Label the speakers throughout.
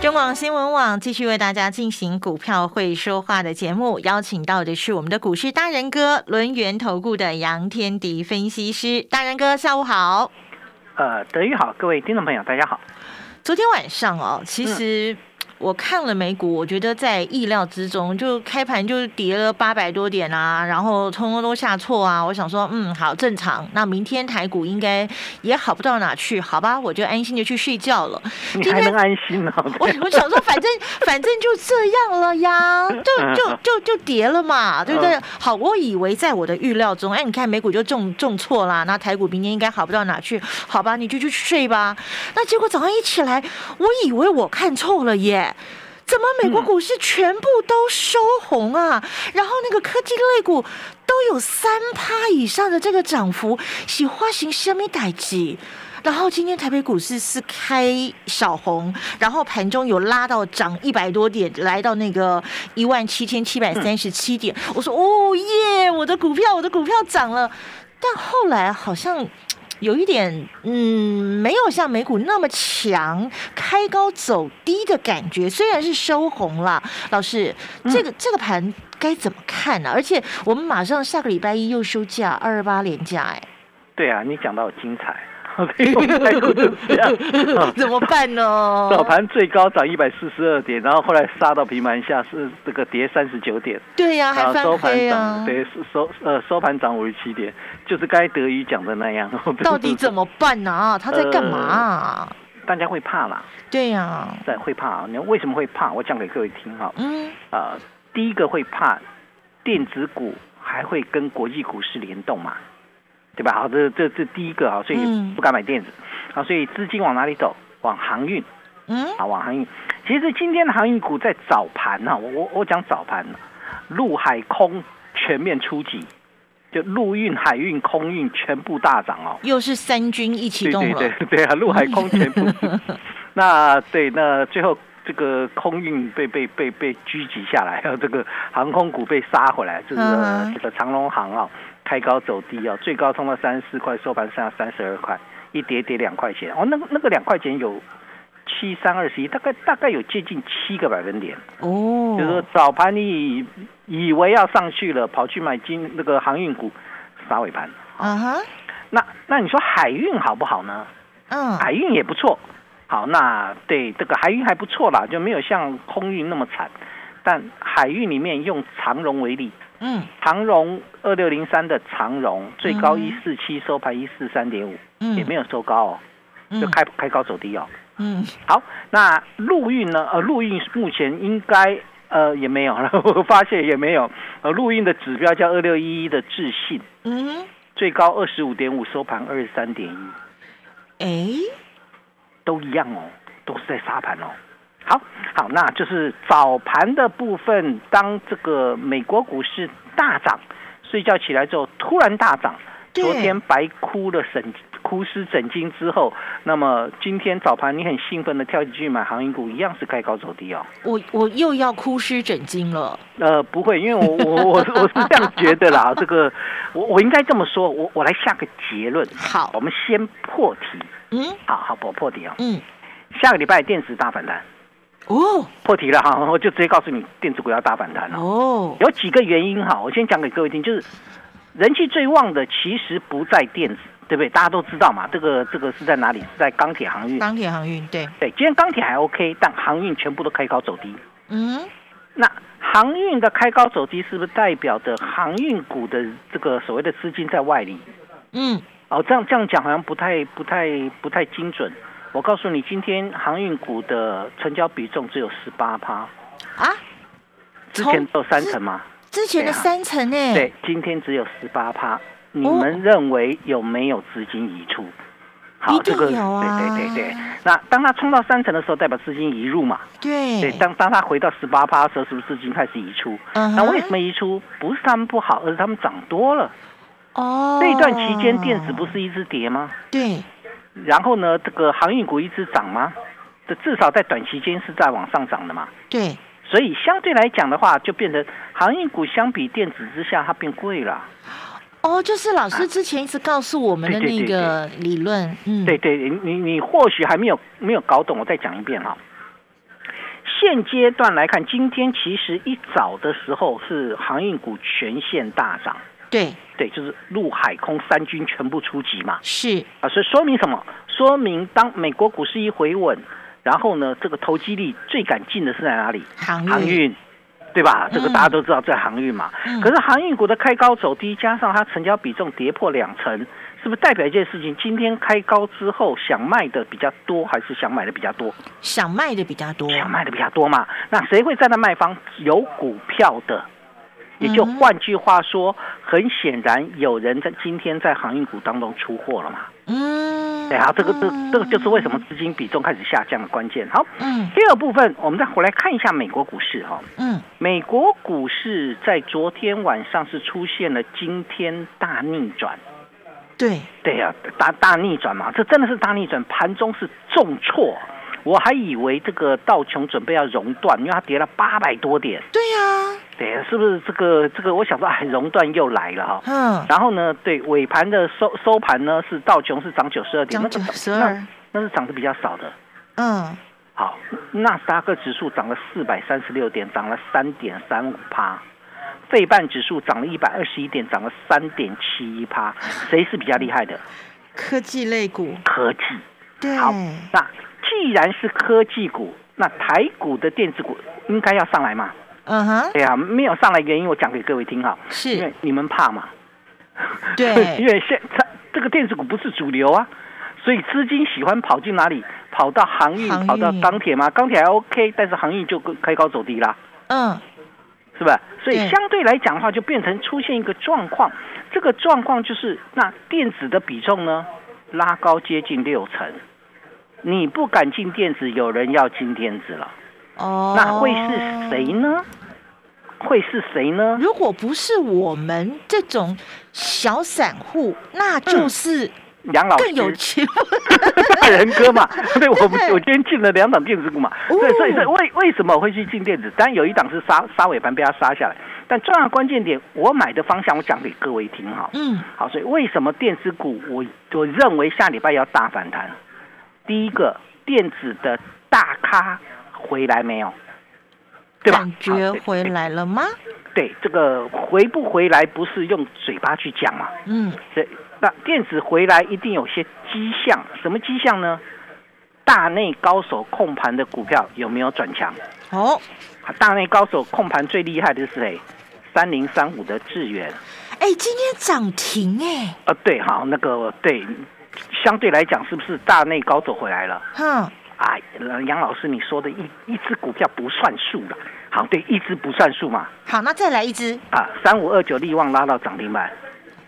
Speaker 1: 中广新闻网继续为大家进行股票会说话的节目，邀请到的是我们的股市大人哥轮源投顾的杨天迪分析师。大人哥，下午好。
Speaker 2: 呃，德语好，各位听众朋友，大家好。
Speaker 1: 昨天晚上哦，其实我看了美股，我觉得在意料之中，就开盘就跌了八百多点啊，然后通通都下挫啊。我想说，嗯，好正常。那明天台股应该也好不到哪去，好吧，我就安心的去睡觉了。
Speaker 2: 你
Speaker 1: 今
Speaker 2: 还
Speaker 1: 天
Speaker 2: 能安心呢、
Speaker 1: 我我想说，反正反正就这样了呀，就就就就跌了嘛，对不对
Speaker 2: 嗯？
Speaker 1: 好，我以为在我的预料中，哎，你看美股就重重挫啦，那台股明天应该好不到哪去，好吧，你就去睡吧。那结果早上一起来，我以为我看错了耶。怎么美国股市全部都收红啊？然后那个科技类股都有三趴以上的这个涨幅，喜花型虾米代志。然后今天台北股市是开小红，然后盘中有拉到涨一百多点，来到那个一万七千七百三十七点。我说哦耶，我的股票，我的股票涨了。但后来好像有一点，嗯，没有像美股那么强，开高走低的感觉。虽然是收红了，老师，
Speaker 2: 嗯
Speaker 1: 这个、这个盘该怎么看呢、而且我们马上下个礼拜一又休假，二二八连假、 哎。
Speaker 2: 对啊，你讲到我精彩，所 以我们台股就是这 样。啊
Speaker 1: 怎么办呢？
Speaker 2: 早盘最高涨一百四十二点，然后后来杀到平盘下，是这个跌三十九点，
Speaker 1: 对呀、
Speaker 2: 然
Speaker 1: 还
Speaker 2: 后收
Speaker 1: 翻
Speaker 2: 盘
Speaker 1: 黑
Speaker 2: 涨，
Speaker 1: 啊，
Speaker 2: 对，收呃收盘涨五十七点，就是该德语讲的那样。
Speaker 1: 到底怎么办呢、啊？他在干嘛啊、
Speaker 2: 大家会怕啦？
Speaker 1: 对呀、
Speaker 2: 在会怕啊？你为什么会怕？我讲给各位听哈。
Speaker 1: 嗯，
Speaker 2: 啊、第一个会怕电子股还会跟国际股市联动嘛，对吧？好，这这这第一个啊，所
Speaker 1: 嗯
Speaker 2: 以不敢买电子、啊，所以资金往哪里走？往航运
Speaker 1: 嗯，
Speaker 2: 啊，往航运。其实今天的航运股在早盘呢、啊，我我我讲早盘、啊，陆海空全面出击，就陆运、海运、空运全部大涨哦。
Speaker 1: 又是三军一起
Speaker 2: 对
Speaker 1: 动
Speaker 2: 对
Speaker 1: 了，
Speaker 2: 对对 啊，陆海空全 部是。那对，那最后这个空运被被被被狙击下来， 还有这个航空股被杀回来，这个、
Speaker 1: 嗯哼
Speaker 2: 这个长龙航啊，开高走低啊，最高冲到三十四块，收盘上三十二块，一跌跌两块钱。哦，那个那个两块钱有七三二十一，大概大概有接近七个百分点。
Speaker 1: 哦，
Speaker 2: 就是说早盘你以以为要上去了，跑去买金那个航运股，杀尾盘。
Speaker 1: 啊哈，
Speaker 2: 那那你说海运好不好呢？
Speaker 1: 嗯，
Speaker 2: 海运也不错。好，那对这个海运还不错啦，就没有像空运那么惨。但海运里面用长荣为例，
Speaker 1: 嗯
Speaker 2: 长荣二六零三的长荣最高
Speaker 1: 嗯
Speaker 2: 一四七，收盘一四三点五，
Speaker 1: 嗯，
Speaker 2: 也没有收高哦，就
Speaker 1: 嗯
Speaker 2: 开开高走低哦。
Speaker 1: 嗯
Speaker 2: 好，那陆运呢？呃，陆运目前应该呃也没有 了，我发现也没有。呃，陆运的指标叫二六一一的智信，
Speaker 1: 嗯，
Speaker 2: 最高二十五点五，收盘二十三点一。
Speaker 1: 哎，
Speaker 2: 都一样哦，都是在沙盘哦。好，好，那就是早盘的部分，当这个美国股市大涨，睡觉起来之后突然大涨，
Speaker 1: 对
Speaker 2: 昨天白哭了神哭湿枕巾之后，那么今天早盘你很兴奋的跳进去买航运股，一样是开高走低哦。
Speaker 1: 我我又要哭湿枕巾了，
Speaker 2: 呃，不会，因为我我我我是这样觉得啦，这个我我应该这么说，我我来下个结论，
Speaker 1: 好
Speaker 2: 我，们先破题，
Speaker 1: 嗯
Speaker 2: 好好破破题哦，
Speaker 1: 嗯，
Speaker 2: 下个礼拜电子大反弹。
Speaker 1: 哦
Speaker 2: 破题了哈， 我就直接告诉你，电子股要大反弹了。
Speaker 1: 哦，
Speaker 2: 有几个原因哈，我先讲给各位听，就是人气最旺的其实不在电子，对不对？大家都知道嘛，这个这个是在哪里？是在钢铁航运。
Speaker 1: 钢铁航运对，
Speaker 2: 对，今天钢铁还 OK，但航运全部都开高走低。
Speaker 1: 嗯
Speaker 2: 那航运的开高走低，是不是代表着航运股的这个所谓的资金在外里？
Speaker 1: 嗯
Speaker 2: 哦，这样这样讲好像不太不太不太精准。我告诉你，今天航运股的成交比重只有十八趴，
Speaker 1: 啊，
Speaker 2: 之前
Speaker 1: 从
Speaker 2: 都有三成嘛。
Speaker 1: 之前的
Speaker 2: 对啊
Speaker 1: 三层哎，哦
Speaker 2: 对，今天只有十八趴。你们认为有没有资金移出？好，
Speaker 1: 一定
Speaker 2: 这个
Speaker 1: 有啊
Speaker 2: 对对对对。那当它冲到三成的时候，代表资金移入嘛。
Speaker 1: 对
Speaker 2: 对，当当它回到十八趴的时候，是不是资金开始移出？
Speaker 1: 嗯哼
Speaker 2: 那为什么移出？不是他们不好，而是他们涨多了。
Speaker 1: 哦，
Speaker 2: 这一段期间，电子不是一直跌吗？
Speaker 1: 对
Speaker 2: 然后呢，这个航运股一直涨吗？这至少在短期间是在往上涨的嘛。
Speaker 1: 对
Speaker 2: 所以相对来讲的话，就变成航运股相比电子之下，它变贵了。
Speaker 1: 哦，就是老师之前一直告诉我们的
Speaker 2: 啊对对
Speaker 1: 那
Speaker 2: 对
Speaker 1: 个理论，嗯，
Speaker 2: 对对，你你你或许还没有没有搞懂，我再讲一遍哈、现阶段来看，今天其实一早的时候是航运股全线大涨，
Speaker 1: 对
Speaker 2: 对，就是陆海空三军全部出击嘛。
Speaker 1: 是，
Speaker 2: 啊，所以说明什么？说明当美国股市一回稳，然后呢，这个投机力最敢进的是在哪里？
Speaker 1: 航运
Speaker 2: 航运，对吧？这个大家都知道在航运嘛。
Speaker 1: 嗯
Speaker 2: 可是航运股的开高走低，加上它成交比重跌破两成，是不是代表一件事情？今天开高之后，想卖的比较多，还是想买的比较多？
Speaker 1: 想卖的比较多，
Speaker 2: 想卖的比较多嘛？那谁会站在卖方？有股票的。也就
Speaker 1: 嗯
Speaker 2: 换句话说，很显然有人在今天在航运股当中出货了嘛？
Speaker 1: 嗯，
Speaker 2: 对啊，这个这
Speaker 1: 嗯
Speaker 2: 这个就是为什么资金比重开始下降的关键。好，
Speaker 1: 嗯
Speaker 2: 第二部分我们再回来看一下美国股市哈、
Speaker 1: 嗯，
Speaker 2: 美国股市在昨天晚上是出现了惊天大逆转，
Speaker 1: 对，
Speaker 2: 对呀、啊，大大逆转嘛，这真的是大逆转，盘中是重挫，我还以为这个道琼准备要熔断，因为它跌了八百多点，
Speaker 1: 对呀、
Speaker 2: 对啊，是不是这个这个？我想说，哎，熔断又来了哈、
Speaker 1: 嗯，
Speaker 2: 然后呢，对尾盘的收收盘呢是道琼是涨九十二
Speaker 1: 涨
Speaker 2: 点，那个
Speaker 1: 92
Speaker 2: 那那是涨得比较少的。
Speaker 1: 嗯，
Speaker 2: 好，纳斯达克指数涨了四百三十六点，涨了三点三五趴。费半指数涨了一百二十一点，涨了三点七一趴。谁是比较厉害的？
Speaker 1: 科技类股，
Speaker 2: 科技。
Speaker 1: 对，
Speaker 2: 好，那既然是科技股，那台股的电子股应该要上来嘛？
Speaker 1: 嗯哼，
Speaker 2: 对啊，没有上来原因我讲给各位听哈，因为
Speaker 1: 是，
Speaker 2: 你们怕嘛。
Speaker 1: 对，
Speaker 2: 因为现它这个电子股不是主流啊，所以资金喜欢跑进哪里？跑到航运
Speaker 1: 航运，
Speaker 2: 跑到钢铁嘛，钢铁还 OK，但是航运就开高走低啦，
Speaker 1: 嗯，
Speaker 2: 是吧？所以
Speaker 1: 对
Speaker 2: 相对来讲的话，就变成出现一个状况，这个状况就是那电子的比重呢拉高接近六成。你不敢进电子，有人要进电子了，
Speaker 1: 哦，
Speaker 2: 那会是谁？呢？会是谁呢？
Speaker 1: 如果不是我们这种小散户，那就是
Speaker 2: 嗯杨老师
Speaker 1: 更有 机会。
Speaker 2: 大人哥嘛，对我
Speaker 1: 对
Speaker 2: 我今天进了两档电子股嘛，
Speaker 1: 哦
Speaker 2: 所以所以所以为为什么我会去进电子？当然有一档是杀杀尾盘被它杀下来，但重要的关键点，我买的方向我讲给各位听哈。
Speaker 1: 嗯，
Speaker 2: 好，所以为什么电子股我我认为下礼拜要大反弹？第一个，电子的大咖回来没有？对吧？
Speaker 1: 感
Speaker 2: 好
Speaker 1: 觉
Speaker 2: 对
Speaker 1: 回来了吗？
Speaker 2: 对这个回不回来不是用嘴巴去讲嘛？
Speaker 1: 嗯，
Speaker 2: 这那电子回来一定有些迹象，什么迹象呢？大内高手控盘的股票有没有转强？
Speaker 1: 哦，
Speaker 2: 大内高手控盘最厉害的是谁？三零三五的智源。
Speaker 1: 哎，今天涨停哎，
Speaker 2: 呃，对，好，那个对，相对来讲是不是大内高手回来了？
Speaker 1: 哼，
Speaker 2: 啊，杨老师你说的一一只股票不算数了。好，对，一只不算数嘛。
Speaker 1: 好，那再来一只，
Speaker 2: 啊，三五二九利旺拉到涨停板，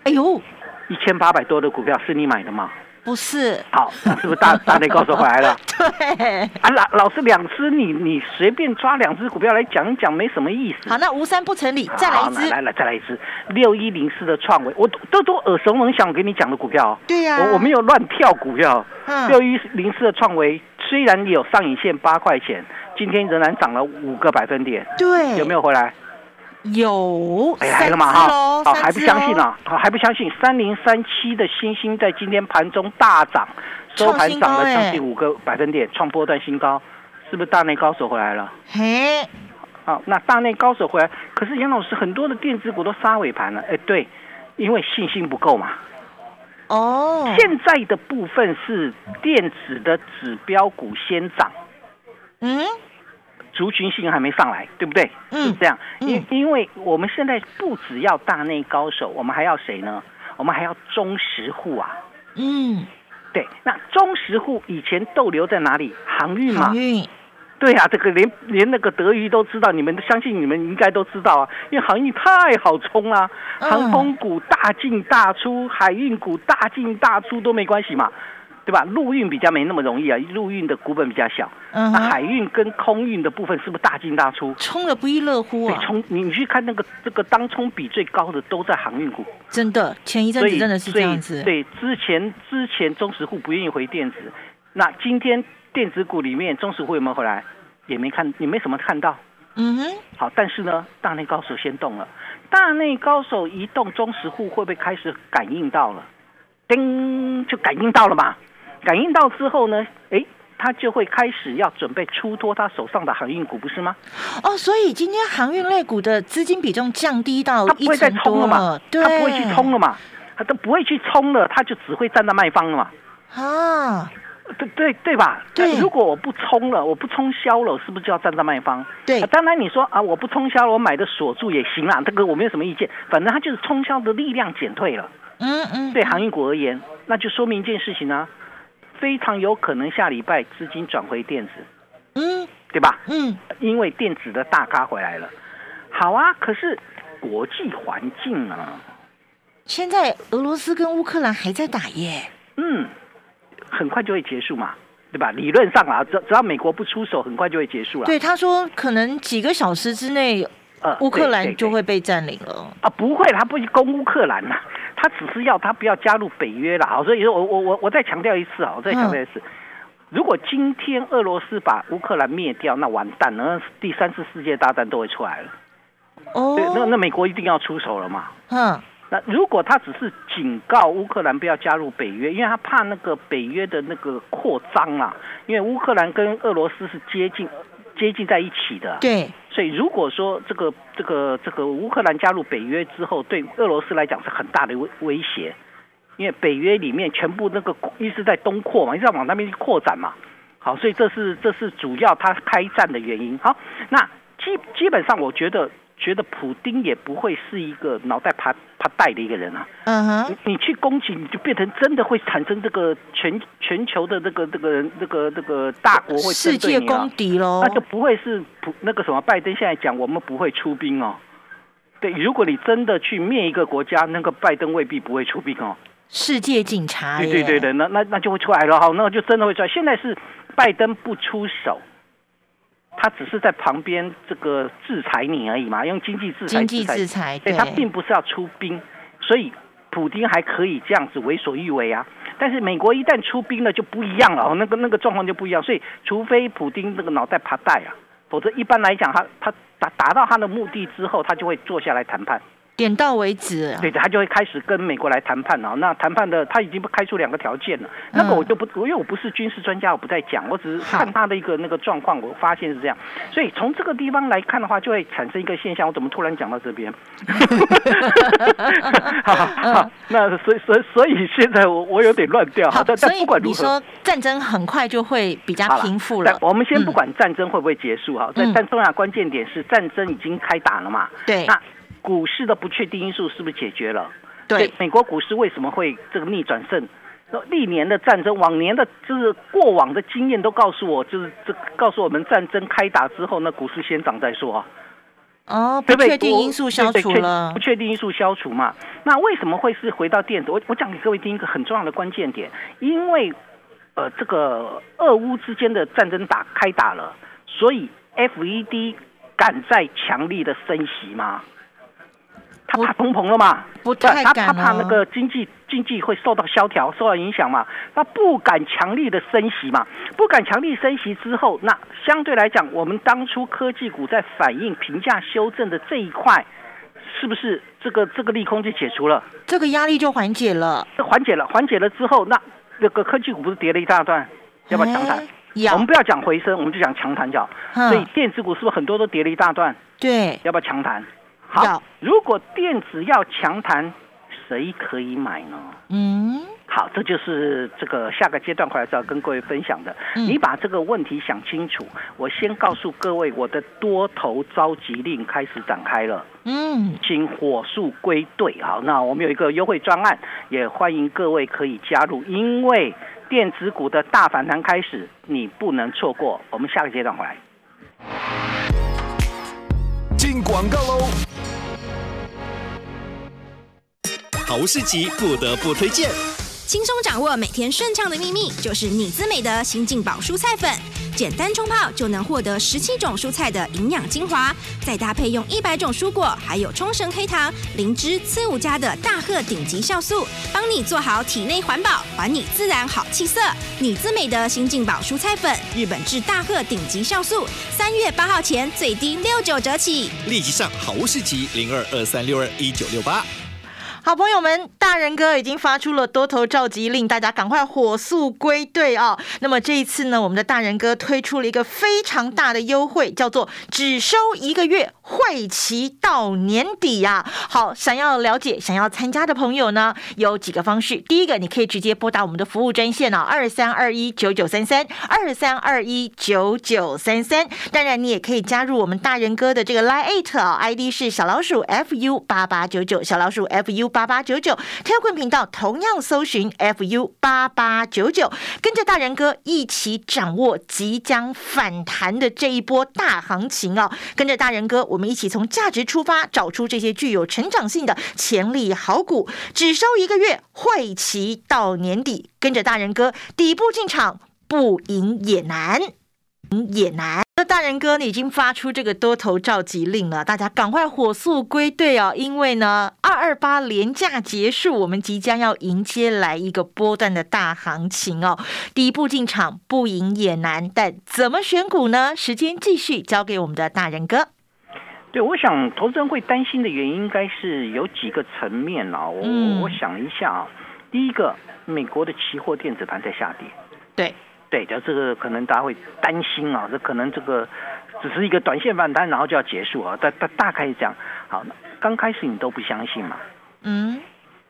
Speaker 1: 哎呦，
Speaker 2: 一千八百多的股票是你买的吗？
Speaker 1: 不是，
Speaker 2: 好，那是不是大大内高手回来了？
Speaker 1: 对，
Speaker 2: 啊，老老师，两只你你随便抓两只股票来讲一讲，没什么意思。
Speaker 1: 好，那无三不成理，再来
Speaker 2: 好
Speaker 1: 一
Speaker 2: 来来
Speaker 1: 只，
Speaker 2: 来再来一只六一零四的创维，我都都都耳熟能详，我跟你讲的股票哦。
Speaker 1: 对呀，
Speaker 2: 我我没有乱跳股票。
Speaker 1: 嗯
Speaker 2: 六一零四的创维虽然有上影线八块钱，今天仍然涨了五个百分点，
Speaker 1: 对，
Speaker 2: 有没
Speaker 1: 有？
Speaker 2: 有回来？
Speaker 1: 有，嗯
Speaker 2: 哎，
Speaker 1: 三
Speaker 2: 来了嘛
Speaker 1: 只
Speaker 2: 哈，
Speaker 1: 咯
Speaker 2: 好、还不相
Speaker 1: 三
Speaker 2: 信？
Speaker 1: 只咯哦
Speaker 2: 啊？好、还不相信？三零三七的星星在今天盘中大涨，收
Speaker 1: 创
Speaker 2: 盘
Speaker 1: 新
Speaker 2: 涨
Speaker 1: 高
Speaker 2: 了
Speaker 1: 哎
Speaker 2: 将近五个百分点，创波段新高，是不是大内高手回来了？
Speaker 1: 嘿，
Speaker 2: 好，那大内高手回来，可是杨老师很多的电子股都杀尾盘了，哎，对，因为信心不够嘛。
Speaker 1: 哦，
Speaker 2: 现在的部分是电子的指标股先涨，
Speaker 1: 嗯，
Speaker 2: 族群性还没上来，对不对？
Speaker 1: 嗯
Speaker 2: 是这样，因
Speaker 1: 嗯
Speaker 2: 因为我们现在不只要大内高手，我们还要谁呢？我们还要中实户啊。
Speaker 1: 嗯，
Speaker 2: 对，那中实户以前逗留在哪里？航运啊嘛
Speaker 1: 航，运，
Speaker 2: 对呀、这个连连那个德瑜都知道，你们相信你们应该都知道啊，因为航运太好冲啊啦、
Speaker 1: 嗯
Speaker 2: 航空股大进大出，海运股大进大出都没关系嘛。对吧？陆运比较没那么容易啊，陆运的股本比较小。
Speaker 1: 嗯
Speaker 2: 那
Speaker 1: 哼，
Speaker 2: 海运跟空运的部分是不是大进大出？
Speaker 1: 冲的不亦乐乎
Speaker 2: 对
Speaker 1: 啊，！
Speaker 2: 冲你你去看那个这个当冲比最高的都在航运股，
Speaker 1: 真的，前一阵
Speaker 2: 所
Speaker 1: 子
Speaker 2: 以
Speaker 1: 真的是这样子，
Speaker 2: 所以对，之前之前中实户不愿意回电子，那今天电子股里面中实户有没有回来？也没看，也没什么看到。
Speaker 1: 嗯哼，
Speaker 2: 好，但是呢，大内高手先动了，大内高手一动，中实户会不会开始感应到了？叮，就感应到了嘛。感应到之后呢，诶，他就会开始要准备出脱他手上的航运股，不是吗？
Speaker 1: 哦，所以今天航运类股的资金比重降低到
Speaker 2: 他
Speaker 1: 一
Speaker 2: 不会再
Speaker 1: 成
Speaker 2: 冲
Speaker 1: 多
Speaker 2: 了嘛，
Speaker 1: 对，
Speaker 2: 他不会去哦冲了嘛，他都不会去冲了，他就只会站在卖方了嘛，
Speaker 1: 啊，
Speaker 2: 对对对吧？
Speaker 1: 对
Speaker 2: 如果我不冲了，我不冲销了，是不是就要站在卖方？
Speaker 1: 对
Speaker 2: 啊，当然你说啊，我不冲销了，我买的锁住也行啦，这个我没有什么意见，反正它就是冲销的力量减退了。
Speaker 1: 嗯嗯，
Speaker 2: 对航运股而言，那就说明一件事情啊，非常有可能下礼拜资金转回电子，
Speaker 1: 嗯
Speaker 2: 对吧？
Speaker 1: 嗯，
Speaker 2: 因为电子的大咖回来了。好啊，可是国际环境啊，
Speaker 1: 现在俄罗斯跟乌克兰还在打耶，
Speaker 2: 嗯，很快就会结束嘛，对吧？理论上啊，只只要美国不出手，很快就会结束了。
Speaker 1: 对，他说可能几个小时之内，
Speaker 2: 呃
Speaker 1: 乌克
Speaker 2: 对对
Speaker 1: 兰
Speaker 2: 对
Speaker 1: 就会被占领了，
Speaker 2: 啊，不会，他不去攻乌克兰呐、他只是要他不要加入北约啦。好所以说我我我我再强调一次啊，我再强调一次，如果今天俄罗斯把乌克兰灭掉，那完蛋了，那第三次世界大战都会出来了。
Speaker 1: 哦
Speaker 2: 对，，那那美国一定要出手了嘛。
Speaker 1: 嗯，
Speaker 2: 那如果他只是警告乌克兰不要加入北约，因为他怕那个北约的那个扩张啦、因为乌克兰跟俄罗斯是接近接近在一起的，
Speaker 1: 对，
Speaker 2: 所以如果说这个这个这个乌克兰加入北约之后，对俄罗斯来讲是很大的威威胁，因为北约里面全部那个一直在东扩嘛，一直在往那边去扩展嘛。好，所以这是这是主要他开战的原因。好，那基基本上我觉得觉得普丁也不会是一个脑袋爬爬带的一个人啊。
Speaker 1: 嗯哼，
Speaker 2: 你你去攻击，你就变成真的会产生这个全全球的这个这个这个这个大国会针
Speaker 1: 世
Speaker 2: 对
Speaker 1: 界
Speaker 2: 你啊
Speaker 1: 公敌喽
Speaker 2: 那，就不会是普那个什么拜登现在讲我们不会出兵哦。对，如果你真的去灭一个国家，那个拜登未必不会出兵哦。
Speaker 1: 世界警察
Speaker 2: 对
Speaker 1: 耶，
Speaker 2: 对对对，那那那就会出来了哈，那就真的会出来。现在是拜登不出手，他只是在旁边这个制裁你而已嘛，用经济制裁
Speaker 1: 经济制裁，
Speaker 2: 对
Speaker 1: 对，
Speaker 2: 他并不是要出兵，所以普京还可以这样子为所欲为啊。但是美国一旦出兵了就不一样了哦，那个那个状况就不一样。所以除非普京这个脑袋爬带啊，否则一般来讲他他达达到他的目的之后，他就会坐下来谈判，
Speaker 1: 点到为止，
Speaker 2: 对，他就会开始跟美国来谈判啊。那谈判的他已经开出两个条件了，那个
Speaker 1: 嗯
Speaker 2: 我就不，因为我不是军事专家，我不再讲，我只是
Speaker 1: 好
Speaker 2: 看他的一个那个状况，我发现是这样。所以从这个地方来看的话，就会产生一个现象，我怎么突然讲到这边？ 好
Speaker 1: 嗯
Speaker 2: 好，那所以所以所以现在我我有点乱掉，
Speaker 1: 好
Speaker 2: 但，但
Speaker 1: 所以
Speaker 2: 不管如
Speaker 1: 你
Speaker 2: 何。
Speaker 1: 说战争很快就会比较
Speaker 2: 好了
Speaker 1: 平复
Speaker 2: 但
Speaker 1: 了，
Speaker 2: 我们先
Speaker 1: 嗯
Speaker 2: 不管战争会不会结束哈，但
Speaker 1: 嗯
Speaker 2: 但重要的关键点是战争已经开打了嘛？
Speaker 1: 对
Speaker 2: 那股市的不确定因素是不是解决了？
Speaker 1: 对，
Speaker 2: 美国股市为什么会这个逆转胜？历年的战争，往年的就是过往的经验都告诉我，就是这告诉我们，战争开打之后，那股市先涨再说啊，
Speaker 1: 哦，
Speaker 2: 对
Speaker 1: 不
Speaker 2: 不对？
Speaker 1: 确定
Speaker 2: 我
Speaker 1: 因素消
Speaker 2: 对
Speaker 1: 除
Speaker 2: 对确
Speaker 1: 了
Speaker 2: 不，确定因素消除嘛。那为什么会是回到电子？我我讲给各位听一个很重要的关键点，因为呃，这个俄乌之间的战争打开打了，所以 FED 敢再强力的升息吗？他
Speaker 1: 不
Speaker 2: 怕通膨了嘛？
Speaker 1: 不
Speaker 2: 对，
Speaker 1: 太
Speaker 2: 他
Speaker 1: 敢
Speaker 2: 他怕那
Speaker 1: 哦
Speaker 2: 个经济经济会受到萧条、受到影响嘛，他不敢强力的升息嘛，不敢强力升息之后，那相对来讲，我们当初科技股在反映评价修正的这一块，是不是这个这个利空就解除了？
Speaker 1: 这个压力就缓解了，
Speaker 2: 这缓解了，缓解了之后，那那个科技股不是跌了一大段？要不要强
Speaker 1: 哎？
Speaker 2: 谈我们
Speaker 1: 要，
Speaker 2: 不要讲回升，我们就讲强弹就好。所以
Speaker 1: 嗯，
Speaker 2: 电子股是不是很多都跌了一大段？
Speaker 1: 对，
Speaker 2: 要不要强弹？
Speaker 1: 要
Speaker 2: 好，如果电子要强弹，谁可以买呢？
Speaker 1: 嗯，
Speaker 2: 好，这就是这个下个阶段回来是要跟各位分享的。
Speaker 1: 嗯
Speaker 2: 你把这个问题想清楚，我先告诉各位，我的多头召集令开始展开了。
Speaker 1: 嗯，
Speaker 2: 请火速归队。好，那我们有一个优惠专案，也欢迎各位可以加入，因为电子股的大反弹开始，你不能错过。我们下个阶段回来。
Speaker 3: 进广告喽。好市集不得不推荐，
Speaker 4: 轻松掌握每天顺畅的秘密，就是你姿美的新进宝蔬菜粉，简单冲泡就能获得十七种蔬菜的营养精华，再搭配用一百种蔬果，还有冲绳黑糖、灵芝、刺五加的大鹤顶级酵素，帮你做好体内环保，还你自然好气色。你姿美的新进宝蔬菜粉，日本制大鹤顶级酵素，三月八号前最低六九折起。
Speaker 5: 立即上好物市集零二二三六二一九六八。
Speaker 1: 好朋友们，大人哥已经发出了多头召集令，大家赶快火速归队哦。那么这一次呢，我们的大人哥推出了一个非常大的优惠，叫做只收一个月，会期到年底呀、好，想要了解、想要参加的朋友呢，有几个方式。第一个，你可以直接拨打我们的服务专线哦，二三二一九九三三二三二一九九三三。当然，你也可以加入我们大人哥的这个 Line Eight 啊，ID 是小老鼠 fu 八八九九，小老鼠 fu 八八九九。Telegram 频道同样搜寻 fu 八八九九，跟着大人哥一起掌握即将反弹的这一波大行情哦。跟着大人哥，我们一起从价值出发，找出这些具有成长性的潜力好股，只收一个月，会期到年底。跟着大人哥底部进场，不赢也难。也难。那大人哥，你已经发出这个多头召集令了，大家赶快火速归队哦！因为呢，二二八连假结束，我们即将要迎接来一个波段的大行情哦。第一步进场不赢也难，但怎么选股呢？时间继续交给我们的大人哥。
Speaker 2: 对，我想投资人会担心的原因，应该是有几个层面啦。我、
Speaker 1: 嗯
Speaker 2: 我想一下啊，第一个，美国的期货电子盘在下跌，
Speaker 1: 对，
Speaker 2: 对的，这个可能大家会担心啊，这可能这个只是一个短线反弹，然后就要结束啊，大大大概是这样。好，那刚开始你都不相信嘛，
Speaker 1: 嗯，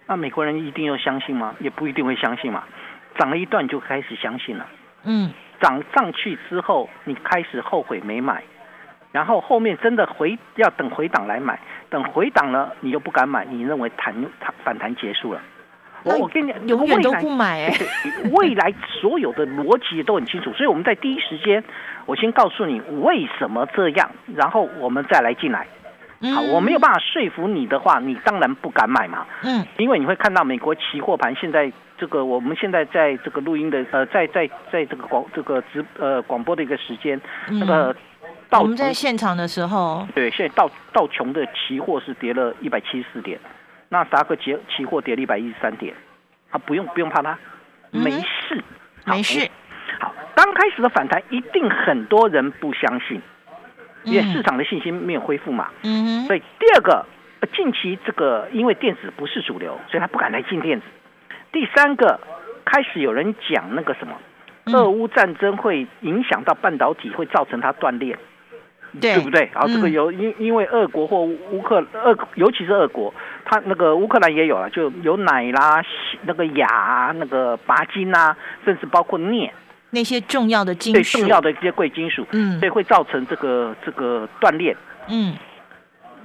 Speaker 2: 那美国人一定要相信吗？也不一定会相信嘛，涨了一段你就开始相信了。
Speaker 1: 嗯，
Speaker 2: 涨上去之后，你开始后悔没买，然后后面真的回要等回档来买，等回档了你又不敢买，你认为弹弹反弹结束了。我
Speaker 1: 那
Speaker 2: 我跟你讲
Speaker 1: 永远都
Speaker 2: 未来
Speaker 1: 不买哎、
Speaker 2: 未来所有的逻辑都很清楚，所以我们在第一时间，我先告诉你为什么这样，然后我们再来进来。好，我没有办法说服你的话，你当然不敢买嘛。
Speaker 1: 嗯，
Speaker 2: 因为你会看到美国期货盘现在这个，我们现在在这个录音的呃，在在在这个广这个直呃广播的一个时间，
Speaker 1: 嗯
Speaker 2: 那个道
Speaker 1: 我们在
Speaker 2: 琼
Speaker 1: 现场的时候，
Speaker 2: 对现在道道琼的期货是跌了一百七十四点，纳斯达克期期货跌了一百一十三点，啊，不用不用怕它，没
Speaker 1: 嗯哼
Speaker 2: 事，好
Speaker 1: 没事，
Speaker 2: 好，刚开始的反弹一定很多人不相信，因为
Speaker 1: 嗯
Speaker 2: 市场的信心没有恢复嘛。
Speaker 1: 嗯哼，
Speaker 2: 所以第二个，呃近期这个因为电子不是主流，所以他不敢来进电子。第三个，开始有人讲那个什么，
Speaker 1: 嗯
Speaker 2: 俄乌战争会影响到半导体，会造成它断裂。
Speaker 1: 对
Speaker 2: 对不对？好，这个
Speaker 1: 嗯
Speaker 2: 由因因为俄国或乌克俄，尤其是俄国，它那个乌克兰也有了，就有奶啦、西那个氩啊、那个钯金啊，甚至包括镍，
Speaker 1: 那些重要的金
Speaker 2: 最
Speaker 1: 属，
Speaker 2: 重要的一些贵金属，
Speaker 1: 嗯
Speaker 2: 所以会造成这个这个断裂。
Speaker 1: 嗯，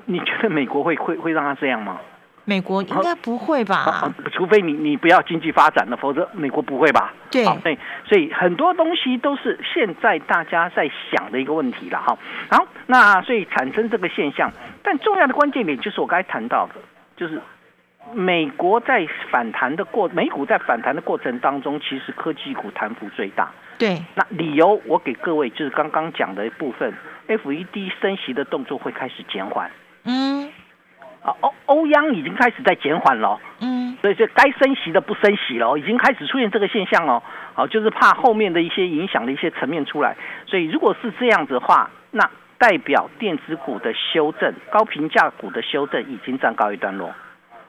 Speaker 2: 你觉得美国会会会让它这样吗？
Speaker 1: 美国应该不会吧？，
Speaker 2: 啊除非你你不要经济发展了，否则美国不会吧？
Speaker 1: 对
Speaker 2: 好对，所以很多东西都是现在大家在想的一个问题了哈。好，那所以产生这个现象，但重要的关键点就是我刚才谈到的，就是美国在反弹的过，美股在反弹的过程当中，其实科技股弹幅最大。
Speaker 1: 对，
Speaker 2: 那理由我给各位就是刚刚讲的一部分，FED 升息的动作会开始减缓
Speaker 1: 嗯
Speaker 2: 啊，欧欧央已经开始在减缓了哦。
Speaker 1: 嗯，
Speaker 2: 所以这该升息的不升息了哦，已经开始出现这个现象哦。好、就是怕后面的一些影响的一些层面出来。所以如果是这样子的话，那代表电子股的修正、高评价股的修正已经暂告一段落。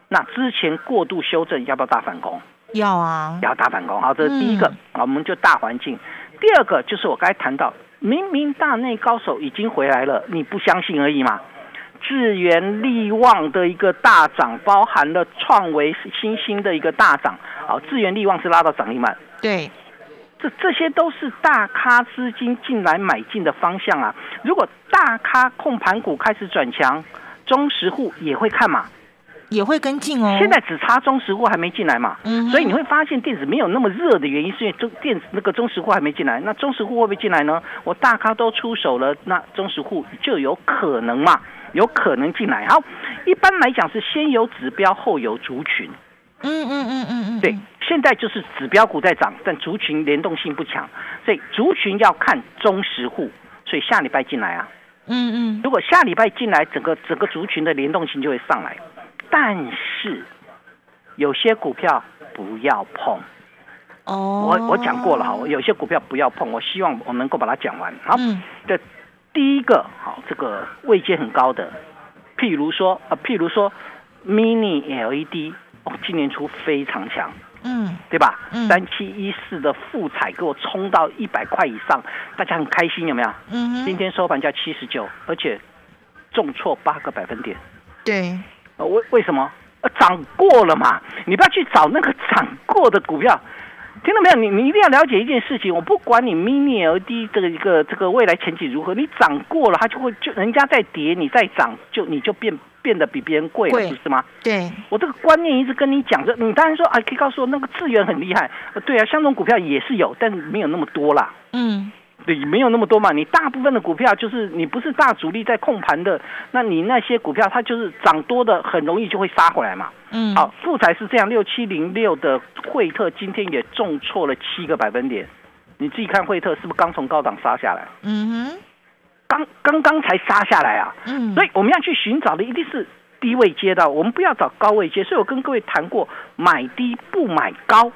Speaker 2: 那之前过度修正要不要大反攻？
Speaker 1: 要啊，
Speaker 2: 要打反攻。好，这是第一个，
Speaker 1: 嗯
Speaker 2: 好我们就大环境。第二个就是我刚才谈到，明明大内高手已经回来了，你不相信而已嘛。智源利旺的一个大涨，包含了创维新兴的一个大涨。好，智源利旺是拉到涨停板，
Speaker 1: 对，
Speaker 2: 这这些都是大咖资金进来买进的方向啊。如果大咖控盘股开始转强，中实户也会看嘛。
Speaker 1: 也会跟进哦。
Speaker 2: 现在只差中石货还没进来嘛，
Speaker 1: 嗯哼
Speaker 2: 所以你会发现电子没有那么热的原因，是因为中电子那个中石货还没进来。那中石货会不会进来呢？我大咖都出手了，那中石户就有可能嘛，有可能进来。好，一般来讲是先有指标后有族群，
Speaker 1: 嗯嗯嗯嗯嗯，
Speaker 2: 对，现在就是指标股在涨，但族群联动性不强，所以族群要看中实户，所以下礼拜进来啊。
Speaker 1: 嗯嗯，
Speaker 2: 如果下礼拜进来，整个整个族群的联动性就会上来。但是有些股票不要碰，
Speaker 1: 哦，
Speaker 2: 我我讲过了哈，有些股票不要碰，我希望我能够把它讲完。好，
Speaker 1: 嗯
Speaker 2: 这、第一个好，这个位阶很高的，譬如说啊，譬如说 mini LED，哦，今年初非常强。
Speaker 1: 嗯
Speaker 2: 对吧？
Speaker 1: 嗯
Speaker 2: 三七一四的复彩给我冲到一百块以上，大家很开心，有没有？
Speaker 1: 嗯
Speaker 2: 今
Speaker 1: 哼，
Speaker 2: 天收盘价七十九，而且重挫八个百分点。
Speaker 1: 对，
Speaker 2: 呃，为为什么？呃，涨过了嘛，你不要去找那个涨过的股票。听到没有？你你一定要了解一件事情，我不管你 mini LED 这个一个这个未来前景如何，你涨过了，它就会就人家在跌，你再涨就你就变变得比别人贵了，
Speaker 1: 贵
Speaker 2: 不是吗？
Speaker 1: 对，
Speaker 2: 我这个观念一直跟你讲着，你当然说啊，可以告诉我那个资源很厉害，呃对啊，像这种股票也是有，但没有那么多啦。
Speaker 1: 嗯
Speaker 2: 对，没有那么多嘛。你大部分的股票就是你不是大主力在控盘的，那你那些股票它就是涨多的，很容易就会杀回来嘛。
Speaker 1: 嗯，
Speaker 2: 好，富彩是这样，六七零六的惠特今天也重挫了七个百分点，你自己看惠特是不是刚从高档杀下来？
Speaker 1: 嗯哼，
Speaker 2: 刚刚刚才杀下来啊！
Speaker 1: 嗯，
Speaker 2: 所以我们要去寻找的一定是低位接的，我们不要找高位接。所以我跟各位谈过，买低不买高，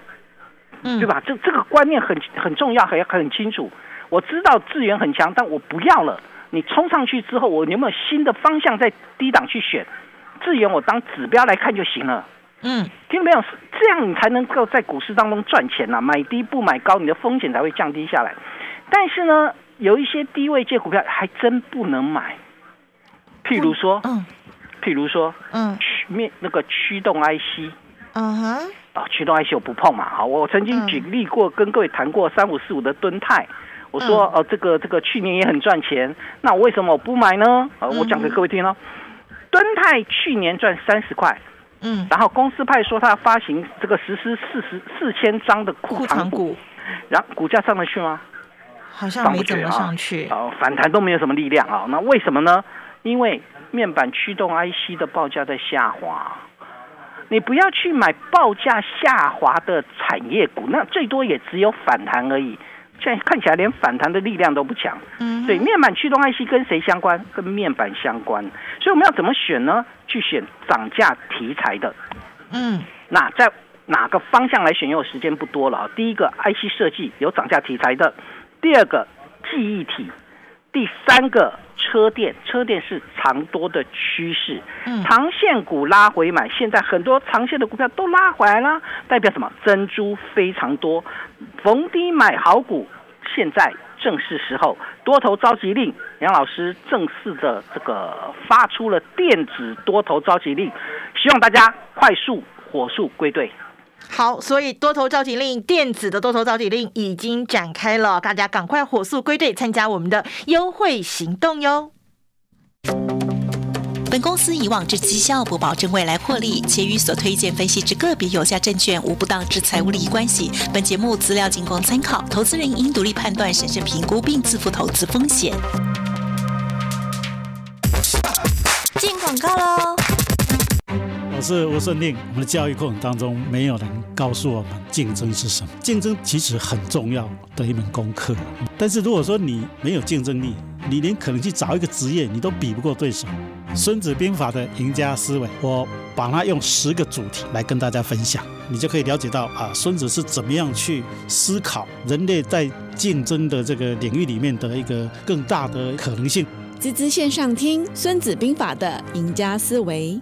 Speaker 1: 以
Speaker 2: 对？吧？这这个观念很很重要，很很清楚。我知道资源很强，但我不要了。你冲上去之后，我有没有新的方向在低档去选？资源我当指标来看就行了。
Speaker 1: 嗯
Speaker 2: 听到没有？是这样你才能够在股市当中赚钱呐、买低不买高，你的风险才会降低下来。但是呢，有一些低位借股票还真不能买，譬如说，
Speaker 1: 嗯
Speaker 2: 譬如说
Speaker 1: 嗯
Speaker 2: 驱面那个驱动 IC
Speaker 1: 嗯哼，
Speaker 2: 啊，驱动 IC 我不碰嘛。好，我曾经
Speaker 1: 嗯
Speaker 2: 举例过，跟各位谈过三五四五的敦泰。我
Speaker 1: 嗯
Speaker 2: 说，呃，这个这个去年也很赚钱，那我为什么我不买呢？呃，我讲给
Speaker 1: 嗯
Speaker 2: 各位听哦，敦泰去年赚三十块，
Speaker 1: 嗯，
Speaker 2: 然后公司派说他发行这个实施四十四千张的
Speaker 1: 裤
Speaker 2: 库
Speaker 1: 藏
Speaker 2: 藏股，
Speaker 1: 股
Speaker 2: 然后股价上得去吗？
Speaker 1: 好像
Speaker 2: 上
Speaker 1: 没
Speaker 2: 不
Speaker 1: 怎
Speaker 2: 去
Speaker 1: 么
Speaker 2: 啊，
Speaker 1: 上去，
Speaker 2: 哦，反弹都没有什么力量啊。那为什么呢？因为面板驱动 IC 的报价在下滑，你不要去买报价下滑的产业股，那最多也只有反弹而已。现在看起来连反弹的力量都不强，
Speaker 1: 嗯，
Speaker 2: 对，，面板驱动 IC 跟谁相关？跟面板相关，所以我们要怎么选呢？去选涨价题材的。
Speaker 1: 嗯
Speaker 2: 那在哪个方向来选？因为我时间不多了啊。第一个 IC 设计有涨价题材的，第二个记忆体，第三个车电，车电是长多的趋势，
Speaker 1: 嗯
Speaker 2: 长线股拉回买，现在很多长线的股票都拉回来了，代表什么？珍珠非常多，逢低买好股，现在。正是时候，多头召集令，杨老师正式的这个发出了电子多头召集令，希望大家快速火速归队。
Speaker 1: 好，所以多头召集令，电子的多头召集令已经展开了，大家赶快火速归队参加我们的优惠行动哟。
Speaker 6: 本公司以往之绩效不保证未来获利，且与所推荐分析之个别有价证券无不当之财务利益关系。本节目资料仅供参考，投资人应独立判断、审慎评估并自负投资风险。
Speaker 4: 进广告喽。
Speaker 7: 我是吴顺令。我们的教育课程当中，没有人告诉我们竞争是什么。竞争其实很重要的一门功课，但是如果说你没有竞争力，你连可能去找一个职业，你都比不过对手。《孙子兵法》的赢家思维，我把它用十个主题来跟大家分享，你就可以了解到啊，孙子是怎么样去思考人类在竞争的这个领域里面的一个更大的可能性。
Speaker 8: 滋滋线上听《孙子兵法》的赢家思维。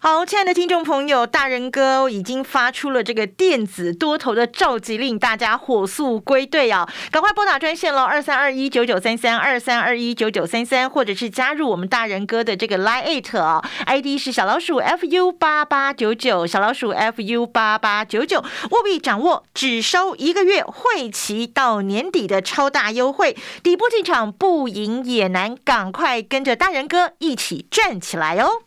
Speaker 1: 好，亲爱的听众朋友，大人哥已经发出了这个电子多头的召集令，大家火速归队啊！赶快拨打专线喽，二三二一九九三三，二三二一九九三三，或者是加入我们大人哥的这个 Line It 啊，ID 是小老鼠 fu 八八九九，小老鼠 fu 八八九九，务必掌握只收一个月会期到年底的超大优惠，底部进场不赢也难，赶快跟着大人哥一起赚起来哦！